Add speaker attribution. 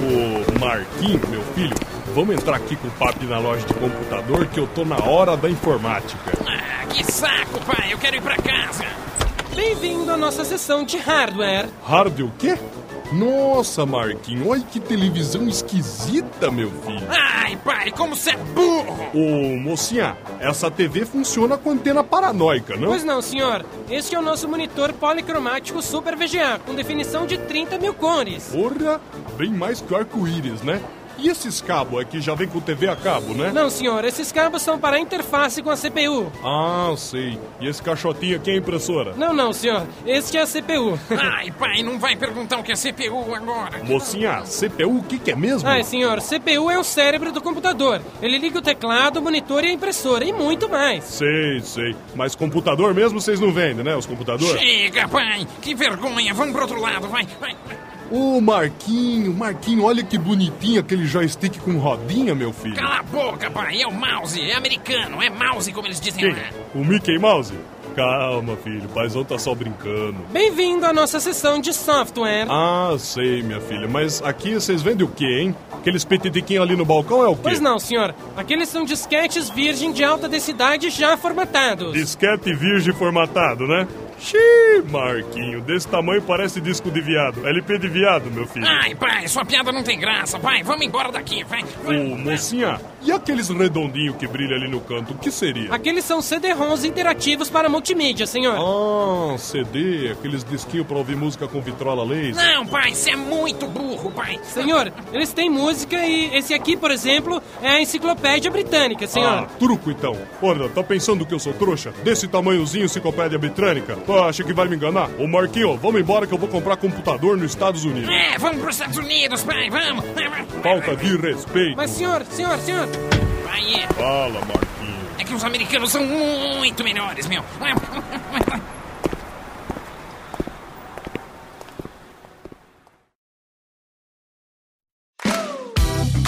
Speaker 1: Ô, Marquinhos, meu filho, vamos entrar aqui com o papo na loja de computador que eu tô na hora da informática.
Speaker 2: Ah, que saco, pai! Eu quero ir pra casa!
Speaker 3: Bem-vindo à nossa sessão de hardware.
Speaker 1: Hardware o quê? Nossa, Marquinhos, olha que televisão esquisita, meu filho.
Speaker 2: Ai, pai, como você é burro!
Speaker 1: Ô, mocinha, essa TV funciona com antena paranoica, não?
Speaker 3: Pois não, senhor. Este é o nosso monitor policromático Super VGA, com definição de 30 mil cores.
Speaker 1: Porra, bem mais que o arco-íris, né? E esses cabos aqui já vem com TV a cabo, né?
Speaker 3: Não, senhor, esses cabos são para a interface com a CPU.
Speaker 1: Ah, sei. E esse caixotinho aqui é impressora?
Speaker 3: Não, não, senhor. Este é a CPU.
Speaker 2: Ai, pai, não vai perguntar o que é CPU agora.
Speaker 1: Mocinha, CPU o que, que é mesmo?
Speaker 3: Ai, senhor, CPU é o cérebro do computador. Ele liga o teclado, o monitor e a impressora e muito mais.
Speaker 1: Sei, sei. Mas computador mesmo vocês não vendem, né? Os computadores?
Speaker 2: Chega, pai! Que vergonha! Vamos pro outro lado, vai, vai!
Speaker 1: Ô, Marquinho, Marquinho, olha que bonitinho aquele joystick com rodinha, meu filho.
Speaker 2: Cala a boca, pai! É o mouse, é americano, é mouse, como eles dizem
Speaker 1: Quem?
Speaker 3: né?
Speaker 2: lá.
Speaker 1: O Mickey Mouse? Calma, filho, o paizão tá só brincando.
Speaker 3: Bem-vindo à nossa sessão de software.
Speaker 1: Ah, sei, minha filha, mas aqui vocês vendem o quê, hein? Aqueles petitiquinhos ali no balcão é o quê?
Speaker 3: Pois não, senhor. Aqueles são disquetes virgem de alta densidade já formatados.
Speaker 1: Disquete virgem formatado, né? Xiii, Marquinho, desse tamanho parece disco de viado. LP de viado, meu filho.
Speaker 2: Ai, pai, sua piada não tem graça, pai! Vamos embora daqui, vai! vai.
Speaker 1: Ô, mocinha, e aqueles redondinhos que brilham ali no canto, o que seria?
Speaker 3: Aqueles são CD-ROMs interativos para multimídia, senhor.
Speaker 1: Ah, CD, aqueles disquinhos pra ouvir música com vitrola laser.
Speaker 2: Não, pai, você é muito burro, pai!
Speaker 1: Oh.
Speaker 3: Senhor, eles têm música e esse aqui, por exemplo, é a Enciclopédia Britânica,
Speaker 1: Ah,
Speaker 3: senhor.
Speaker 1: truco então. Olha, tá pensando que eu sou trouxa? Desse tamanhozinho enciclopédia britânica? Tu acha que vai me enganar? Ô Marquinho, vamos embora que eu vou comprar computador nos Estados Unidos.
Speaker 2: É, vamos pros Estados Unidos, pai, vamos! Vai, vai, vai,
Speaker 1: Falta
Speaker 2: vai,
Speaker 1: de respeito.
Speaker 3: Mas, senhor, senhor, senhor.
Speaker 2: Vai, é.
Speaker 1: Fala, Marquinho.
Speaker 2: É que os americanos são muito melhores, meu. É,